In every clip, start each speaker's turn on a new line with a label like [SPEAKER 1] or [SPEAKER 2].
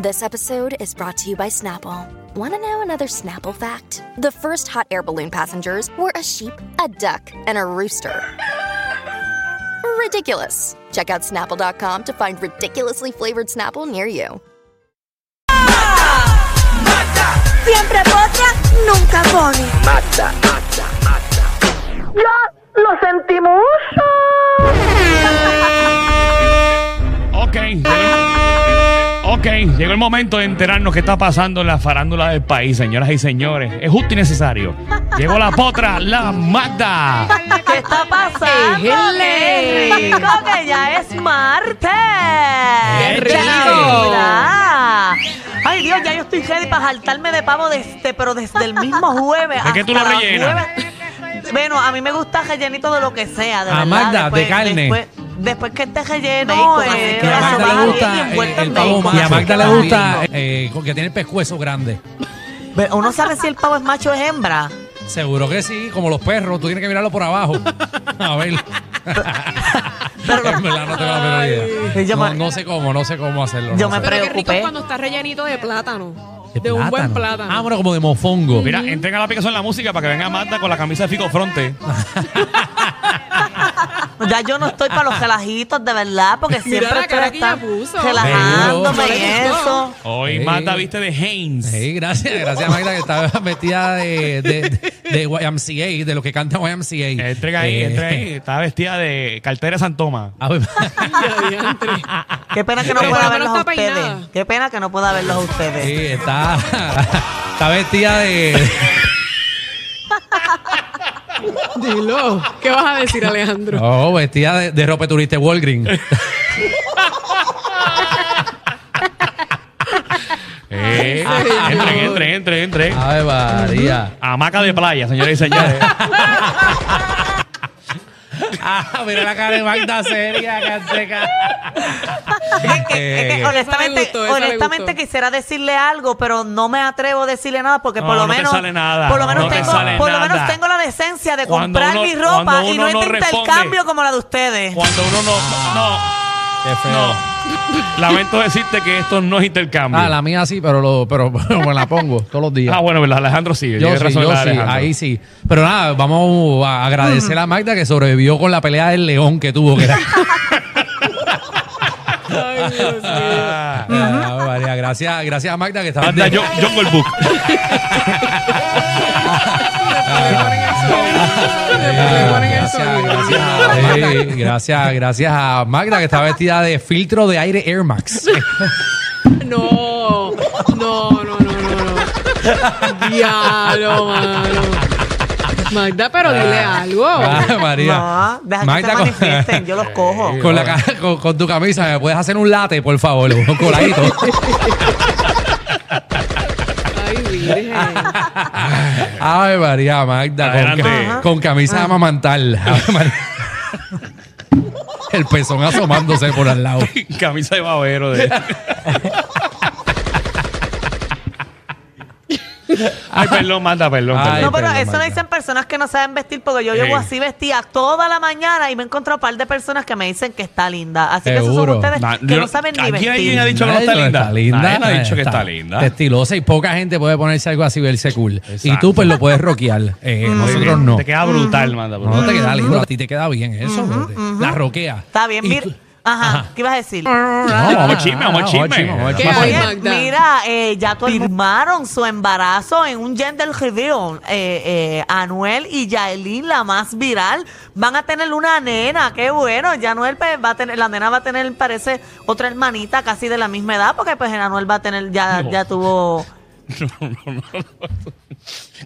[SPEAKER 1] This episode is brought to you by Snapple. Want to know another Snapple fact? The first hot air balloon passengers were a sheep, a duck, and a rooster. Ridiculous. Check out snapple.com to find ridiculously flavored Snapple near you.
[SPEAKER 2] Siempre potra, nunca pone. ¡Ya lo sentimos!
[SPEAKER 3] Ok, llegó el- ok, llegó el momento de enterarnos qué está pasando en la farándula del país, señoras y señores. Es justo y necesario. Llegó la potra, la Magda.
[SPEAKER 4] ¿Qué está pasando? ¡Qué rico que ya es martes!
[SPEAKER 3] ¡Qué
[SPEAKER 4] ¡Qué
[SPEAKER 3] rico!
[SPEAKER 4] chulada! Ay, Dios, ya yo estoy ready para saltarme de pavo desde, pero desde el mismo jueves.
[SPEAKER 3] ¿De qué tú lo
[SPEAKER 4] hasta
[SPEAKER 3] rellenas?
[SPEAKER 4] jueves. Bueno, a mí me gusta rellenito de lo que sea, de
[SPEAKER 5] Ah,
[SPEAKER 4] verdad.
[SPEAKER 5] Magda, de
[SPEAKER 4] Después-
[SPEAKER 5] carne.
[SPEAKER 4] Después, después que esté relleno, eh,
[SPEAKER 5] Que a
[SPEAKER 4] la
[SPEAKER 5] Magda
[SPEAKER 4] sopa
[SPEAKER 5] le
[SPEAKER 4] bien
[SPEAKER 5] gusta
[SPEAKER 4] envuelta
[SPEAKER 5] eh, el
[SPEAKER 4] en
[SPEAKER 5] pavo
[SPEAKER 4] bacon.
[SPEAKER 5] macho. Y a Magda le
[SPEAKER 4] Ay,
[SPEAKER 5] gusta
[SPEAKER 4] rico.
[SPEAKER 5] eh, que tiene el pescuezo grande.
[SPEAKER 4] Pero Uno sabe si el pavo es macho o es hembra.
[SPEAKER 5] Seguro que sí, como los perros, tú tienes que mirarlo por abajo. A ver. en verdad no tengo la menor idea.
[SPEAKER 4] Yo
[SPEAKER 5] No,
[SPEAKER 4] me-
[SPEAKER 5] no sé cómo, no sé cómo hacerlo.
[SPEAKER 4] Yo
[SPEAKER 5] no
[SPEAKER 4] me
[SPEAKER 5] sé.
[SPEAKER 4] pre-
[SPEAKER 6] Pero qué rico
[SPEAKER 4] preocupé.
[SPEAKER 6] es cuando está rellenito de plátano. De,
[SPEAKER 5] De
[SPEAKER 6] un buen
[SPEAKER 5] plátano. Ah,
[SPEAKER 6] plátano.
[SPEAKER 5] bueno, como de mofongo.
[SPEAKER 3] Mira, entrega la aplicación de la música para que venga Magda con la camisa de Fico Fronte.
[SPEAKER 4] Ya yo no estoy para los relajitos, de verdad, porque siempre
[SPEAKER 6] la cara
[SPEAKER 4] estoy
[SPEAKER 6] que ella
[SPEAKER 4] hasta
[SPEAKER 6] puso.
[SPEAKER 4] relajándome
[SPEAKER 5] Seguro.
[SPEAKER 4] y
[SPEAKER 6] No le gustó.
[SPEAKER 4] eso.
[SPEAKER 3] Hoy
[SPEAKER 5] Sí.
[SPEAKER 3] Magda viste de Haynes.
[SPEAKER 5] Sí, gracias, gracias Magda que estaba vestida de, de, de YMCA, de lo que canta YMCA.
[SPEAKER 3] Entrega ahí,
[SPEAKER 5] Eh,
[SPEAKER 3] entrega ahí. Estaba vestida de cartera de San Tomás.
[SPEAKER 5] a ver,
[SPEAKER 6] Ya, diantre.
[SPEAKER 4] Qué pena que no
[SPEAKER 6] Pero
[SPEAKER 4] pueda verlos a
[SPEAKER 6] por lo menos está
[SPEAKER 4] ustedes.
[SPEAKER 6] peinada.
[SPEAKER 4] Qué pena que no pueda verlos a ustedes.
[SPEAKER 5] sí, está, está vestida de...
[SPEAKER 6] Dilo. ¿Qué vas a decir, Alejandro?
[SPEAKER 5] No, vestida de, de ropa turista de Walgreens.
[SPEAKER 3] Eh,
[SPEAKER 6] señor.
[SPEAKER 3] entren, entren, entren, entren.
[SPEAKER 5] Ay, María.
[SPEAKER 3] Hamaca de playa, señoras y señores.
[SPEAKER 5] Ah, mira la cara de Magda seria, canteca.
[SPEAKER 4] Es que- es que honestamente,
[SPEAKER 6] Esa le gustó, esa le
[SPEAKER 4] honestamente
[SPEAKER 6] gustó.
[SPEAKER 4] quisiera decirle algo, pero no me atrevo a decirle nada porque por
[SPEAKER 3] No,
[SPEAKER 4] lo
[SPEAKER 3] no te
[SPEAKER 4] menos,
[SPEAKER 3] sale nada.
[SPEAKER 4] por lo menos
[SPEAKER 3] No te
[SPEAKER 4] tengo,
[SPEAKER 3] sale
[SPEAKER 4] por lo
[SPEAKER 3] nada.
[SPEAKER 4] menos tengo la decencia de
[SPEAKER 3] Cuando
[SPEAKER 4] comprar
[SPEAKER 3] uno-
[SPEAKER 4] mi ropa
[SPEAKER 3] cuando
[SPEAKER 4] y
[SPEAKER 3] uno
[SPEAKER 4] no
[SPEAKER 3] no
[SPEAKER 4] este
[SPEAKER 3] responde.
[SPEAKER 4] intercambio como la de ustedes.
[SPEAKER 3] Cuando uno no. No,
[SPEAKER 5] Qué feo.
[SPEAKER 3] no. Lamento decirte que esto no es intercambio.
[SPEAKER 5] Ah, la mía sí, pero, lo, pero, pero me la pongo todos los días.
[SPEAKER 3] Ah, bueno, ¿verdad? Alejandro sí.
[SPEAKER 5] yo
[SPEAKER 3] tiene
[SPEAKER 5] sí,
[SPEAKER 3] razón
[SPEAKER 5] yo
[SPEAKER 3] la de
[SPEAKER 5] sí,
[SPEAKER 3] Alejandro.
[SPEAKER 5] ahí sí. Pero nada, vamos a agradecer a Magda que sobrevivió con la pelea del león que tuvo. Que era-
[SPEAKER 6] Ay, Dios mío.
[SPEAKER 3] Ah,
[SPEAKER 5] Ay, María, gracias, gracias a Magda que estaba...
[SPEAKER 3] anda, yo, Jungle Book.
[SPEAKER 6] Ah, Después le ponen el
[SPEAKER 5] Ah, Gracias,
[SPEAKER 6] sonido.
[SPEAKER 5] gracias, sí, gracias, gracias a Magda que está vestida de filtro de aire Air Max.
[SPEAKER 6] No, no, no, no, no, no. Diablo, mano. Magda, pero dile algo.
[SPEAKER 5] Ay, María.
[SPEAKER 4] No, deja que
[SPEAKER 5] Magda
[SPEAKER 4] se
[SPEAKER 5] con-
[SPEAKER 4] manifiesten, yo los cojo.
[SPEAKER 5] Con, la ca- con, con tu camisa, ¿me puedes hacer un latte, por favor? Un coladito.
[SPEAKER 6] Ay, virgen.
[SPEAKER 5] Ay, María Magda, con,
[SPEAKER 3] Adelante.
[SPEAKER 5] ca-
[SPEAKER 3] Ajá.
[SPEAKER 5] con
[SPEAKER 4] Ah.
[SPEAKER 5] camisa amamantal. Ay, María. El pezón asomándose por al lado.
[SPEAKER 3] Camisa de babero. De... Ay, perdón, manda, perdón.
[SPEAKER 5] Ay,
[SPEAKER 3] perdón.
[SPEAKER 4] no, pero
[SPEAKER 5] perdón,
[SPEAKER 4] eso lo
[SPEAKER 5] Magda.
[SPEAKER 4] dicen personas que no saben vestir, porque yo llevo
[SPEAKER 3] Ey.
[SPEAKER 4] así vestida toda la mañana y me he encontrado un par de personas que me dicen que está linda. Así que esos son
[SPEAKER 5] Seguro.
[SPEAKER 4] ustedes
[SPEAKER 3] Na-
[SPEAKER 4] que
[SPEAKER 3] yo-
[SPEAKER 4] no saben ni
[SPEAKER 3] ¿Aquí
[SPEAKER 4] vestir.
[SPEAKER 3] alguien ha dicho que no está
[SPEAKER 5] Nadie
[SPEAKER 3] linda? Nadie ha dicho que está,
[SPEAKER 5] está
[SPEAKER 3] linda.
[SPEAKER 5] Estilosa y poca gente puede ponerse algo así, verse cool. Y
[SPEAKER 3] Exacto.
[SPEAKER 5] tú, pues, lo puedes rockear. Eh,
[SPEAKER 4] Mm.
[SPEAKER 3] Muy bien.
[SPEAKER 5] nosotros no.
[SPEAKER 3] Te queda brutal, manda. por
[SPEAKER 5] No
[SPEAKER 3] favor.
[SPEAKER 5] te queda lindo. A ti te queda bien eso. La roquea.
[SPEAKER 4] Mm-hmm. Está bien,
[SPEAKER 5] Y
[SPEAKER 4] mira.
[SPEAKER 5] tú-
[SPEAKER 4] Ajá, ¿qué ibas a decir?
[SPEAKER 5] No,
[SPEAKER 3] vamos a chisme, vamos a chisme.
[SPEAKER 5] vamos a
[SPEAKER 6] ¿Qué
[SPEAKER 5] chisme.
[SPEAKER 6] hay,
[SPEAKER 4] Oye,
[SPEAKER 6] Magda.
[SPEAKER 4] mira, eh, ya confirmaron su embarazo en un gender reveal. Eh, eh, Anuel y Yaelin, la más viral, van a tener una nena. Qué bueno. Ya Anuel pues, va a tener, la nena va a tener, parece, otra hermanita casi de la misma edad, porque pues Anuel va a tener, ya,
[SPEAKER 3] No.
[SPEAKER 4] ya tuvo.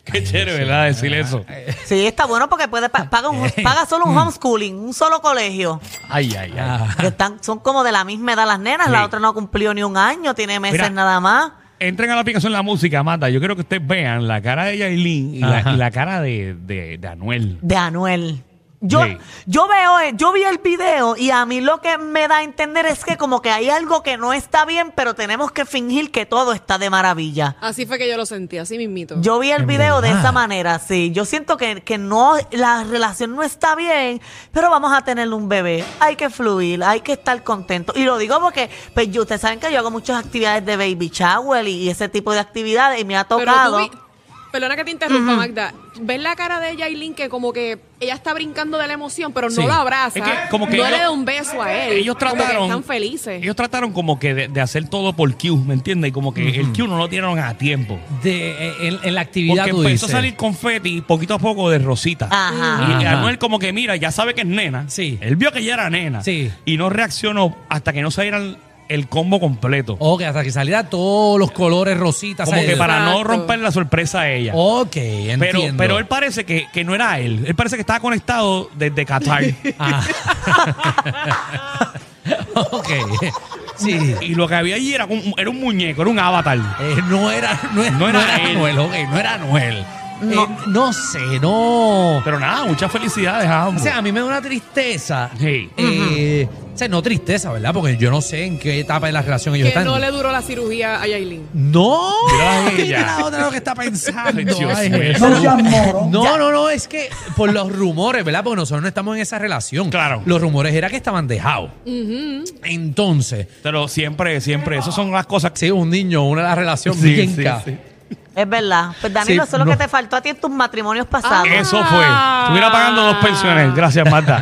[SPEAKER 3] Qué chévere, ¿verdad? Decir eso.
[SPEAKER 4] Sí, está bueno porque puede pa- paga, un- paga solo
[SPEAKER 3] Mm.
[SPEAKER 4] un homeschooling, un solo colegio.
[SPEAKER 3] Ay, ay, ay.
[SPEAKER 4] Que Están, son como de la misma edad las nenas.
[SPEAKER 3] Sí.
[SPEAKER 4] La otra no cumplió ni un año, tiene meses
[SPEAKER 3] Mira,
[SPEAKER 4] nada más.
[SPEAKER 3] entren a la aplicación La Música, Mata. Yo quiero que ustedes vean la cara de Yailin y, la,
[SPEAKER 5] Ajá.
[SPEAKER 3] y la cara de, de, de Anuel.
[SPEAKER 4] de Anuel. Yo,
[SPEAKER 3] Sí.
[SPEAKER 4] yo veo, eh, yo vi el video y a mí lo que me da a entender es que como que hay algo que no está bien, pero tenemos que fingir que todo está de maravilla.
[SPEAKER 6] Así fue que yo lo sentí, así mismito.
[SPEAKER 4] Yo vi el
[SPEAKER 5] En
[SPEAKER 4] video de
[SPEAKER 5] verdad.
[SPEAKER 4] esa manera, sí. Yo siento que, que no, la relación no está bien, pero vamos a tener un bebé. Hay que fluir, hay que estar contento. Y lo digo porque, pues, yo, ustedes saben que yo hago muchas actividades de baby shower y, y ese tipo de actividades y me ha
[SPEAKER 6] Pero tú
[SPEAKER 4] tocado.
[SPEAKER 6] vi- Perdona que te interrumpa, Magda. ¿Ves la cara de Yailin que como que ella está brincando de la emoción, pero no
[SPEAKER 3] Sí.
[SPEAKER 6] la abraza?
[SPEAKER 3] Es que como que
[SPEAKER 6] no
[SPEAKER 3] ellos-
[SPEAKER 6] le da un beso a él.
[SPEAKER 3] Ellos
[SPEAKER 6] Como que
[SPEAKER 3] trataron.
[SPEAKER 6] están felices.
[SPEAKER 3] Ellos trataron como que de, de hacer todo por Q, ¿me entiendes? Y como que el Q no lo dieron a tiempo.
[SPEAKER 5] De- en, en la actividad
[SPEAKER 3] Porque
[SPEAKER 5] tú
[SPEAKER 3] empezó a
[SPEAKER 5] dices.
[SPEAKER 3] salir confeti poquito a poco de Rosita.
[SPEAKER 4] Ajá.
[SPEAKER 3] Y
[SPEAKER 5] Ajá.
[SPEAKER 3] Anuel como que mira, ya sabe que es nena.
[SPEAKER 5] Sí.
[SPEAKER 3] Él vio que ya era nena.
[SPEAKER 5] Sí.
[SPEAKER 3] Y no reaccionó hasta que no salieran el combo completo.
[SPEAKER 5] Ok, hasta que saliera todos los colores rositas.
[SPEAKER 3] como que para no
[SPEAKER 6] Exacto.
[SPEAKER 3] romper la sorpresa a ella.
[SPEAKER 5] Ok, entiendo.
[SPEAKER 3] pero, pero él parece que, que no era él. Él parece que estaba conectado desde Qatar.
[SPEAKER 5] Ah. ok. Sí.
[SPEAKER 3] y lo que había allí era un, era un muñeco, era un avatar.
[SPEAKER 5] Eh, no era, no era,
[SPEAKER 3] No
[SPEAKER 5] no
[SPEAKER 3] era
[SPEAKER 5] era,
[SPEAKER 3] él.
[SPEAKER 5] Anuel, ok, no era Anuel.
[SPEAKER 4] No.
[SPEAKER 5] No. no sé, no.
[SPEAKER 3] Pero nada, muchas felicidades a
[SPEAKER 5] O
[SPEAKER 3] ambos.
[SPEAKER 5] sea, a mí me da una tristeza.
[SPEAKER 3] Sí.
[SPEAKER 5] Eh, O sea, no tristeza, ¿verdad? Porque yo no sé en qué etapa de la relación ellos
[SPEAKER 6] que
[SPEAKER 5] están.
[SPEAKER 6] no le duró la cirugía a Yailin.
[SPEAKER 5] No,
[SPEAKER 3] Mira ella.
[SPEAKER 5] mira la otra lo que está pensando.
[SPEAKER 3] Ay, Dios
[SPEAKER 5] Ay,
[SPEAKER 3] mío.
[SPEAKER 5] Jesús. No, no, no, es que por los rumores, ¿verdad? Porque nosotros no estamos en esa relación.
[SPEAKER 3] Claro.
[SPEAKER 5] Los rumores era que estaban dejados. Entonces,
[SPEAKER 3] Pero siempre, siempre, esas son las cosas que...
[SPEAKER 5] sí, un niño, una de las relaciones
[SPEAKER 3] Sí,
[SPEAKER 5] bien
[SPEAKER 3] sí,
[SPEAKER 5] ca-
[SPEAKER 3] sí.
[SPEAKER 4] Es verdad. Pues Danilo,
[SPEAKER 5] Sí,
[SPEAKER 4] eso es lo
[SPEAKER 5] no.
[SPEAKER 4] que te faltó a ti en tus
[SPEAKER 6] Ah,
[SPEAKER 4] matrimonios pasados.
[SPEAKER 3] Eso fue. Estuviera pagando dos pensiones. Gracias, Marta.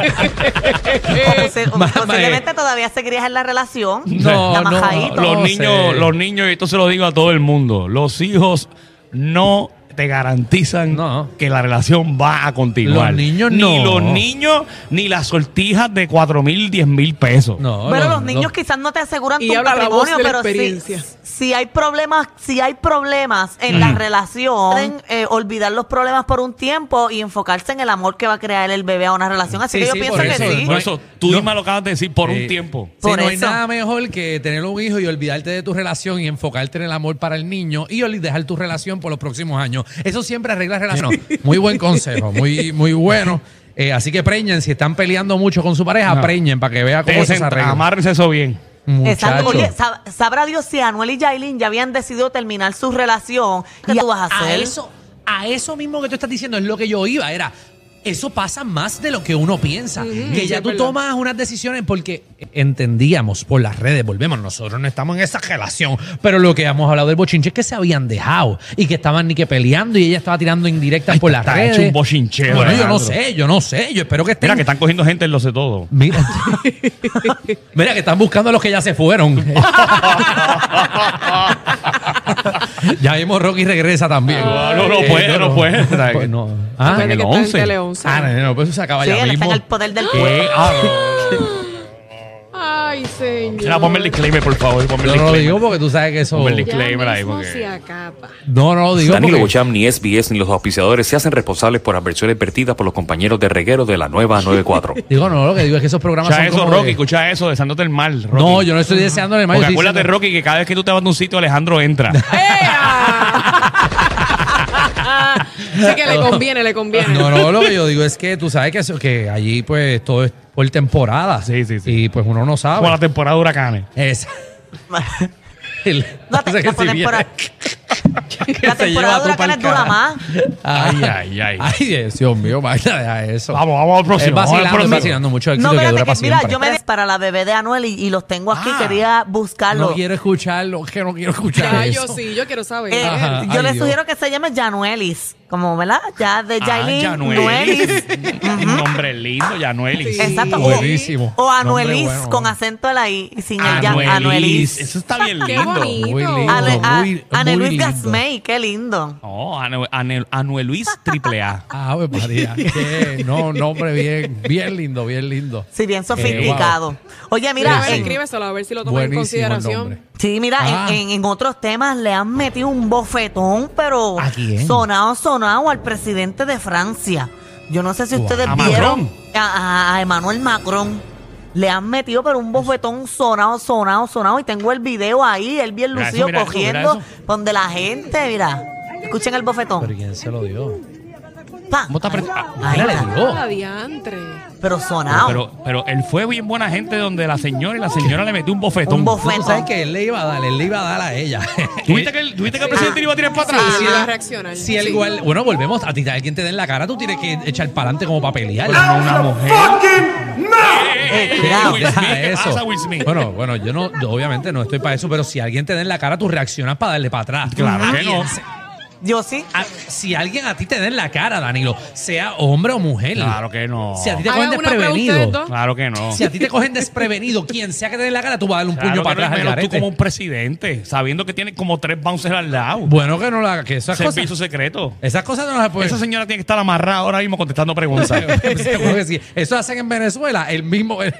[SPEAKER 4] O pose- o
[SPEAKER 5] Ma- ma-
[SPEAKER 4] posiblemente todavía seguirías en la relación.
[SPEAKER 5] No,
[SPEAKER 4] la
[SPEAKER 5] no,
[SPEAKER 4] majadito.
[SPEAKER 3] los
[SPEAKER 5] No
[SPEAKER 3] niños,
[SPEAKER 5] sé.
[SPEAKER 3] los niños, y esto se lo digo a todo el mundo, los hijos no te garantizan
[SPEAKER 5] No.
[SPEAKER 3] que la relación va a continuar.
[SPEAKER 5] Los niños
[SPEAKER 3] Ni
[SPEAKER 5] no.
[SPEAKER 3] los niños, ni las sortijas de 4 mil, 10 mil pesos.
[SPEAKER 5] No,
[SPEAKER 4] Bueno,
[SPEAKER 5] no,
[SPEAKER 4] los niños
[SPEAKER 5] no.
[SPEAKER 4] quizás no te aseguran
[SPEAKER 6] Y
[SPEAKER 4] tu
[SPEAKER 6] habla la voz
[SPEAKER 4] matrimonio,
[SPEAKER 6] de la
[SPEAKER 4] pero sí,
[SPEAKER 6] experiencia.
[SPEAKER 4] si hay problemas, si hay problemas en la relación, pueden eh, olvidar los problemas por un tiempo y enfocarse en el amor que va a crear el bebé a una relación. Así
[SPEAKER 5] Sí,
[SPEAKER 4] que yo
[SPEAKER 5] sí,
[SPEAKER 4] pienso
[SPEAKER 5] por
[SPEAKER 4] que
[SPEAKER 5] eso,
[SPEAKER 4] sí.
[SPEAKER 3] Por eso, tú
[SPEAKER 5] No.
[SPEAKER 3] misma lo acabas de decir por un
[SPEAKER 5] Sí.
[SPEAKER 3] tiempo.
[SPEAKER 5] Sí,
[SPEAKER 4] Por
[SPEAKER 5] no hay
[SPEAKER 4] eso.
[SPEAKER 5] nada mejor que tener un hijo y olvidarte de tu relación y enfocarte en el amor para el niño y ol- dejar tu relación por los próximos años. Eso siempre arregla relación. Muy buen consejo, muy, muy bueno. Eh, así que preñen, si están peleando mucho con su pareja,
[SPEAKER 3] No.
[SPEAKER 5] preñen para que vea cómo
[SPEAKER 3] Te
[SPEAKER 5] se
[SPEAKER 3] centra-
[SPEAKER 5] arregla.
[SPEAKER 3] Amárrense eso bien.
[SPEAKER 4] Exacto.
[SPEAKER 5] Muchacho.
[SPEAKER 4] Oye, sab- sabrá Dios si Anuel y Jailin ya habían decidido terminar su relación. ¿Qué tú vas a hacer?
[SPEAKER 5] eso, a eso mismo que tú estás diciendo es lo que yo iba, era. Eso pasa más de lo que uno piensa. Que
[SPEAKER 6] Sí,
[SPEAKER 5] ya
[SPEAKER 6] es
[SPEAKER 5] tú
[SPEAKER 6] verdad.
[SPEAKER 5] tomas unas decisiones porque entendíamos por las redes, volvemos, nosotros no estamos en esa relación, pero lo que hemos hablado del bochinche es que se habían dejado y que estaban ni que peleando y ella estaba tirando indirectas por las
[SPEAKER 3] está
[SPEAKER 5] redes.
[SPEAKER 3] hecho un bochincheo,
[SPEAKER 5] Bueno, yo
[SPEAKER 3] Alejandro.
[SPEAKER 5] no sé, yo no sé, yo espero que estén...
[SPEAKER 3] Mira que están cogiendo gente en lo sé todo.
[SPEAKER 5] Mira, mira que están buscando a los que ya se fueron. ya vimos Rocky regresa también. Eh,
[SPEAKER 3] No, Ah, no, no puede,
[SPEAKER 5] yo
[SPEAKER 3] no puede.
[SPEAKER 5] Pues no. Ah,
[SPEAKER 6] Puede que está en Tele once.
[SPEAKER 5] Ah, no, no, pues eso se acaba
[SPEAKER 4] Sí,
[SPEAKER 5] ya
[SPEAKER 4] él está en
[SPEAKER 5] mismo.
[SPEAKER 4] el poder del pueblo.
[SPEAKER 3] ¿Qué? Ah,
[SPEAKER 6] Ay, señor.
[SPEAKER 3] mira, ponme el disclaimer, por favor. Ponme el
[SPEAKER 5] Yo no lo
[SPEAKER 3] disclaimer.
[SPEAKER 5] digo porque tú sabes que eso.
[SPEAKER 3] Ponme el
[SPEAKER 6] Ya
[SPEAKER 3] disclaimer ahí.
[SPEAKER 6] mismo
[SPEAKER 3] porque-
[SPEAKER 6] se acaba.
[SPEAKER 5] No, no lo digo.
[SPEAKER 7] Danilo
[SPEAKER 5] porque-
[SPEAKER 7] Bocham, ni SBS, ni los auspiciadores se hacen responsables por adversiones vertidas por los compañeros de reguero de la nueva 94.
[SPEAKER 5] Digo, no, lo que digo es que esos programas
[SPEAKER 3] Escucha
[SPEAKER 5] son
[SPEAKER 3] eso,
[SPEAKER 5] como
[SPEAKER 3] Rocky.
[SPEAKER 5] de-
[SPEAKER 3] Escucha eso, desándote el mal, Rocky.
[SPEAKER 5] No, yo no estoy deseando el mal.
[SPEAKER 3] Porque
[SPEAKER 5] yo estoy
[SPEAKER 3] acuérdate,
[SPEAKER 5] diciendo-
[SPEAKER 3] Rocky, que cada vez que tú te vas de un sitio, Alejandro entra.
[SPEAKER 6] ¡Ea! sí que le conviene, le conviene.
[SPEAKER 5] No, no, lo que yo digo es que tú sabes que, eso- que allí pues todo es por temporada.
[SPEAKER 3] Sí, sí, sí.
[SPEAKER 5] Y pues uno no sabe.
[SPEAKER 3] Como la temporada de huracanes.
[SPEAKER 5] Es. El-
[SPEAKER 4] No, te-
[SPEAKER 5] o sea, que
[SPEAKER 4] la
[SPEAKER 5] si viene-
[SPEAKER 4] temporada-
[SPEAKER 5] que
[SPEAKER 4] la temporada
[SPEAKER 5] se lleva
[SPEAKER 4] de
[SPEAKER 5] tú pa'l
[SPEAKER 4] huracanes dura
[SPEAKER 5] carajo.
[SPEAKER 4] más.
[SPEAKER 5] Ay,
[SPEAKER 3] Ay, ay, ay.
[SPEAKER 5] Ay, Dios mío, Magda, deja eso.
[SPEAKER 3] Vamos, vamos al
[SPEAKER 5] Es
[SPEAKER 3] próximo. vamos al
[SPEAKER 5] vacilando, es
[SPEAKER 3] próximo.
[SPEAKER 5] vacilando mucho éxito
[SPEAKER 4] No,
[SPEAKER 5] que dura
[SPEAKER 4] espérate,
[SPEAKER 5] para
[SPEAKER 4] que mira,
[SPEAKER 5] siempre.
[SPEAKER 4] yo me des para la bebé de Anuel y, y los tengo aquí.
[SPEAKER 5] Ah.
[SPEAKER 4] Quería buscarlos.
[SPEAKER 5] No quiero escucharlo, que no quiero escuchar
[SPEAKER 6] Ya,
[SPEAKER 5] eso.
[SPEAKER 6] yo sí, yo quiero saber.
[SPEAKER 4] Eh,
[SPEAKER 5] Ajá,
[SPEAKER 4] yo
[SPEAKER 5] ay,
[SPEAKER 4] le
[SPEAKER 5] Dios.
[SPEAKER 4] sugiero que se llame Januelis, como, ¿verdad? Ya de
[SPEAKER 3] Ah,
[SPEAKER 4] Yailin,
[SPEAKER 3] Yanuelis.
[SPEAKER 4] Nuelis.
[SPEAKER 3] Un nombre lindo, Yanuelis.
[SPEAKER 6] Sí.
[SPEAKER 4] Exacto.
[SPEAKER 5] Buenísimo.
[SPEAKER 4] O, o Anuelis
[SPEAKER 5] Nombre bueno.
[SPEAKER 4] con acento en la I y sin el Yan-
[SPEAKER 3] Anuelis.
[SPEAKER 4] Anuelis.
[SPEAKER 3] Eso está bien
[SPEAKER 6] Qué
[SPEAKER 3] lindo.
[SPEAKER 6] bonito.
[SPEAKER 5] Muy lindo.
[SPEAKER 4] Ale- a-
[SPEAKER 5] muy- muy
[SPEAKER 4] Aneluis
[SPEAKER 5] lindo.
[SPEAKER 4] Gasmey, qué lindo.
[SPEAKER 3] Oh, Anu- Anel- Anuelis triple A.
[SPEAKER 5] Ah, pues María. qué- No, nombre bien, bien lindo, bien lindo.
[SPEAKER 4] Si bien sofisticado. Oye,
[SPEAKER 6] Mira,
[SPEAKER 4] mira,
[SPEAKER 6] a ver,
[SPEAKER 4] en-
[SPEAKER 6] escríbeselo a ver si lo toman en
[SPEAKER 5] Buenísimo el nombre.
[SPEAKER 6] consideración.
[SPEAKER 4] sí, mira,
[SPEAKER 5] Ah.
[SPEAKER 4] en, en- en otros temas le han metido un bofetón, pero
[SPEAKER 5] ¿A quién?
[SPEAKER 4] sonado, sonado al presidente de Francia. Yo no sé si
[SPEAKER 5] Wow.
[SPEAKER 4] ustedes
[SPEAKER 3] ¿A
[SPEAKER 4] vieron
[SPEAKER 3] Macron?
[SPEAKER 4] a, a- a Emmanuel Macron. Le han metido pero un bofetón sonado, sonado, sonado. Y tengo el video ahí, él bien
[SPEAKER 3] Mira eso,
[SPEAKER 4] lucido
[SPEAKER 3] mira eso, mira
[SPEAKER 4] cogiendo
[SPEAKER 3] eso.
[SPEAKER 4] donde la gente, mira. Escuchen el
[SPEAKER 5] Pero
[SPEAKER 4] bofetón.
[SPEAKER 5] ¿quién se lo dio?
[SPEAKER 4] Pa.
[SPEAKER 3] ¿Cómo está
[SPEAKER 4] Ahí-
[SPEAKER 3] pre- ah,
[SPEAKER 4] ahí
[SPEAKER 5] mira, le
[SPEAKER 4] está.
[SPEAKER 5] dio.
[SPEAKER 6] Ah, diantre.
[SPEAKER 4] Pero sonado.
[SPEAKER 3] Pero, pero él fue bien buena gente donde la señora y la señora le metió un bofetón.
[SPEAKER 4] Un
[SPEAKER 5] Tú
[SPEAKER 4] bofetón.
[SPEAKER 5] sabes que él le iba a dar, él le iba a dar a ella.
[SPEAKER 3] ¿Tuviste que, el, ¿Tuviste que el presidente le iba a tirar para atrás?
[SPEAKER 6] Sí,
[SPEAKER 5] Si
[SPEAKER 6] Ah, va
[SPEAKER 5] el-
[SPEAKER 6] a reaccionar.
[SPEAKER 5] Si el
[SPEAKER 6] Sí.
[SPEAKER 5] guar- bueno, volvemos a ti, te- alguien te da en la cara, tú tienes que echar para adelante como para pelear.
[SPEAKER 3] Pero no una mujer.
[SPEAKER 5] Eh,
[SPEAKER 3] ¡Fucking
[SPEAKER 4] cuidado,
[SPEAKER 5] deja
[SPEAKER 3] ¿Qué
[SPEAKER 5] eso.
[SPEAKER 3] pasa, Will Smith?
[SPEAKER 5] Bueno, bueno, yo no, yo obviamente no estoy para eso, pero si alguien te da en la cara, tú reaccionas para darle para atrás.
[SPEAKER 3] Claro que no.
[SPEAKER 4] Yo sí.
[SPEAKER 5] A- si alguien a ti te da en la cara, Danilo, sea hombre o mujer.
[SPEAKER 3] Claro que no.
[SPEAKER 5] Si a ti te
[SPEAKER 6] Hagan
[SPEAKER 5] cogen
[SPEAKER 6] una prueba ustedes
[SPEAKER 5] desprevenido.
[SPEAKER 6] dos.
[SPEAKER 3] Claro que no.
[SPEAKER 5] Si a ti te cogen desprevenido, quien sea que te dé en la cara, tú vas a darle un
[SPEAKER 3] Claro
[SPEAKER 5] puño
[SPEAKER 3] que
[SPEAKER 5] para
[SPEAKER 3] no,
[SPEAKER 5] atrás al
[SPEAKER 3] menos tú
[SPEAKER 5] garete.
[SPEAKER 3] como un presidente, sabiendo que tiene como tres bouncers al lado.
[SPEAKER 5] Bueno, que no la que esas
[SPEAKER 3] Servicio
[SPEAKER 5] cosas.
[SPEAKER 3] secreto.
[SPEAKER 5] Esas cosas no las puedes.
[SPEAKER 3] Esa señora tiene que estar amarrada ahora mismo contestando preguntas.
[SPEAKER 5] Seguro pues, que sí. Eso hacen en Venezuela. El mismo el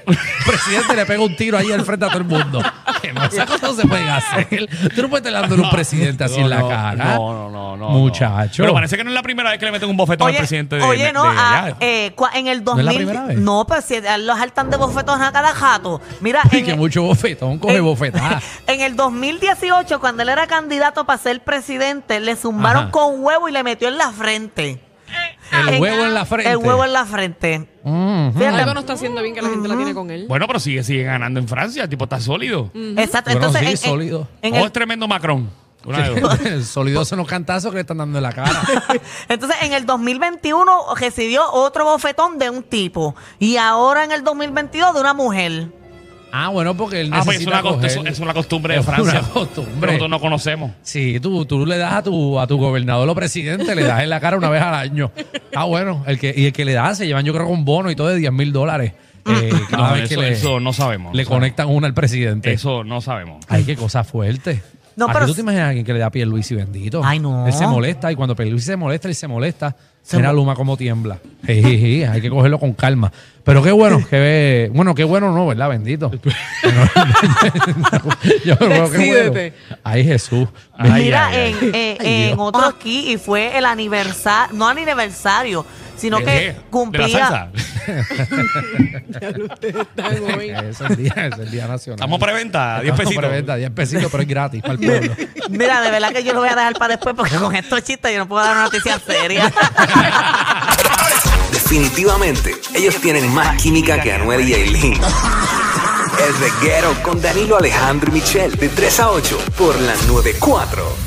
[SPEAKER 5] presidente le pega un tiro ahí al frente a todo el mundo. Que no, esas cosas no se pueden hacer. Tú no puedes estar dándole un presidente así
[SPEAKER 3] No,
[SPEAKER 5] en la
[SPEAKER 3] no,
[SPEAKER 5] cara.
[SPEAKER 3] No, no, no, no.
[SPEAKER 5] Muchacho.
[SPEAKER 3] Pero parece que no es la primera vez que le meten un bofetón al presidente de
[SPEAKER 4] oye,
[SPEAKER 3] de-
[SPEAKER 4] no,
[SPEAKER 3] de
[SPEAKER 5] ah,
[SPEAKER 4] a-
[SPEAKER 3] allá.
[SPEAKER 4] eh, cua- en el
[SPEAKER 5] es la
[SPEAKER 4] 2000.
[SPEAKER 5] primera vez?
[SPEAKER 4] No, pero si a- los saltan de bofetón a cada jato. Mira,
[SPEAKER 5] Y
[SPEAKER 4] en
[SPEAKER 5] que
[SPEAKER 4] el-
[SPEAKER 5] mucho bofetón coge
[SPEAKER 3] Eh.
[SPEAKER 4] en-
[SPEAKER 5] bofetada.
[SPEAKER 4] En el 2018, cuando él era candidato para ser presidente, le zumbaron
[SPEAKER 5] Ajá.
[SPEAKER 4] con huevo y le metió en la frente.
[SPEAKER 5] El huevo en la frente. Mm.
[SPEAKER 4] El huevo en la frente.
[SPEAKER 5] Ujú.
[SPEAKER 4] Fíjate,
[SPEAKER 6] Algo no está haciendo bien que la gente la tiene con él.
[SPEAKER 3] Bueno, pero sigue, sigue ganando en Francia. El tipo está sólido.
[SPEAKER 5] Mm,
[SPEAKER 4] Exacto.
[SPEAKER 5] Bueno,
[SPEAKER 4] Entonces,
[SPEAKER 5] sí,
[SPEAKER 4] en- en-
[SPEAKER 5] sólido.
[SPEAKER 4] en
[SPEAKER 3] o
[SPEAKER 4] el-
[SPEAKER 3] es tremendo Macron. Una de dos. Ah,
[SPEAKER 5] El sólido son los cantazos que le están dando en la cara.
[SPEAKER 4] entonces, en el 2021 recibió otro bofetón de un tipo. Y ahora en el 2022 de una mujer.
[SPEAKER 5] Ah, bueno, porque él
[SPEAKER 3] Ah, pues es
[SPEAKER 5] necesita
[SPEAKER 3] una, cost-
[SPEAKER 5] coger-
[SPEAKER 3] eso- es una costumbre de
[SPEAKER 5] Es una
[SPEAKER 3] Francia.
[SPEAKER 5] costumbre.
[SPEAKER 3] Nosotros no conocemos.
[SPEAKER 5] Sí, tú, tú le das a tu, a tu gobernador o presidente, le das en la cara una vez al año. Ah, bueno, el que, y el que le da se llevan yo creo que un bono y todo de 10 mil dólares.
[SPEAKER 4] Ah.
[SPEAKER 5] eh, cada
[SPEAKER 3] No,
[SPEAKER 5] vez
[SPEAKER 3] Ah, eso,
[SPEAKER 5] que le,
[SPEAKER 3] eso no sabemos.
[SPEAKER 5] le
[SPEAKER 3] no sabemos.
[SPEAKER 5] conectan una al presidente.
[SPEAKER 3] Eso no sabemos.
[SPEAKER 5] Ay, qué cosa fuerte.
[SPEAKER 4] No,
[SPEAKER 5] ¿A
[SPEAKER 4] pero
[SPEAKER 5] qué tú
[SPEAKER 4] s-
[SPEAKER 5] te imaginas a alguien que le da a Pierluisi bendito?
[SPEAKER 4] Ay, no.
[SPEAKER 5] Él se molesta y cuando Pierluisi se molesta, él se molesta.
[SPEAKER 4] Se
[SPEAKER 5] Mira
[SPEAKER 4] mo-
[SPEAKER 5] Luma cómo tiembla. Jejeje, hay que cogerlo con calma. Pero qué bueno, que bueno, qué bueno no, ¿verdad? Bendito. Yo creo que
[SPEAKER 6] Decídete.
[SPEAKER 5] Ay, Jesús.
[SPEAKER 3] Ay,
[SPEAKER 4] Mira,
[SPEAKER 3] ay,
[SPEAKER 4] en, eh,
[SPEAKER 5] Ay,
[SPEAKER 4] en
[SPEAKER 5] Dios.
[SPEAKER 4] otro aquí, y fue el aniversario, no aniversario, sino
[SPEAKER 3] ¿De qué?
[SPEAKER 4] que
[SPEAKER 3] ¿De la
[SPEAKER 4] cumplía.
[SPEAKER 3] salsa?
[SPEAKER 6] Ya lo ustedes están hoy.
[SPEAKER 5] Es el día, es el día nacional.
[SPEAKER 3] Estamos preventa, 10
[SPEAKER 5] Estamos
[SPEAKER 3] pesitos.
[SPEAKER 5] preventa, 10 pesitos, pero es gratis para el pueblo.
[SPEAKER 4] Mira, de verdad que yo lo voy a dejar para después porque con estos chistes yo no puedo dar una noticia seria.
[SPEAKER 8] Definitivamente, ellos tienen más química que Anuel y Aileen. El reguero con Danilo Alejandro y Michel de 3 a 8 por la 94.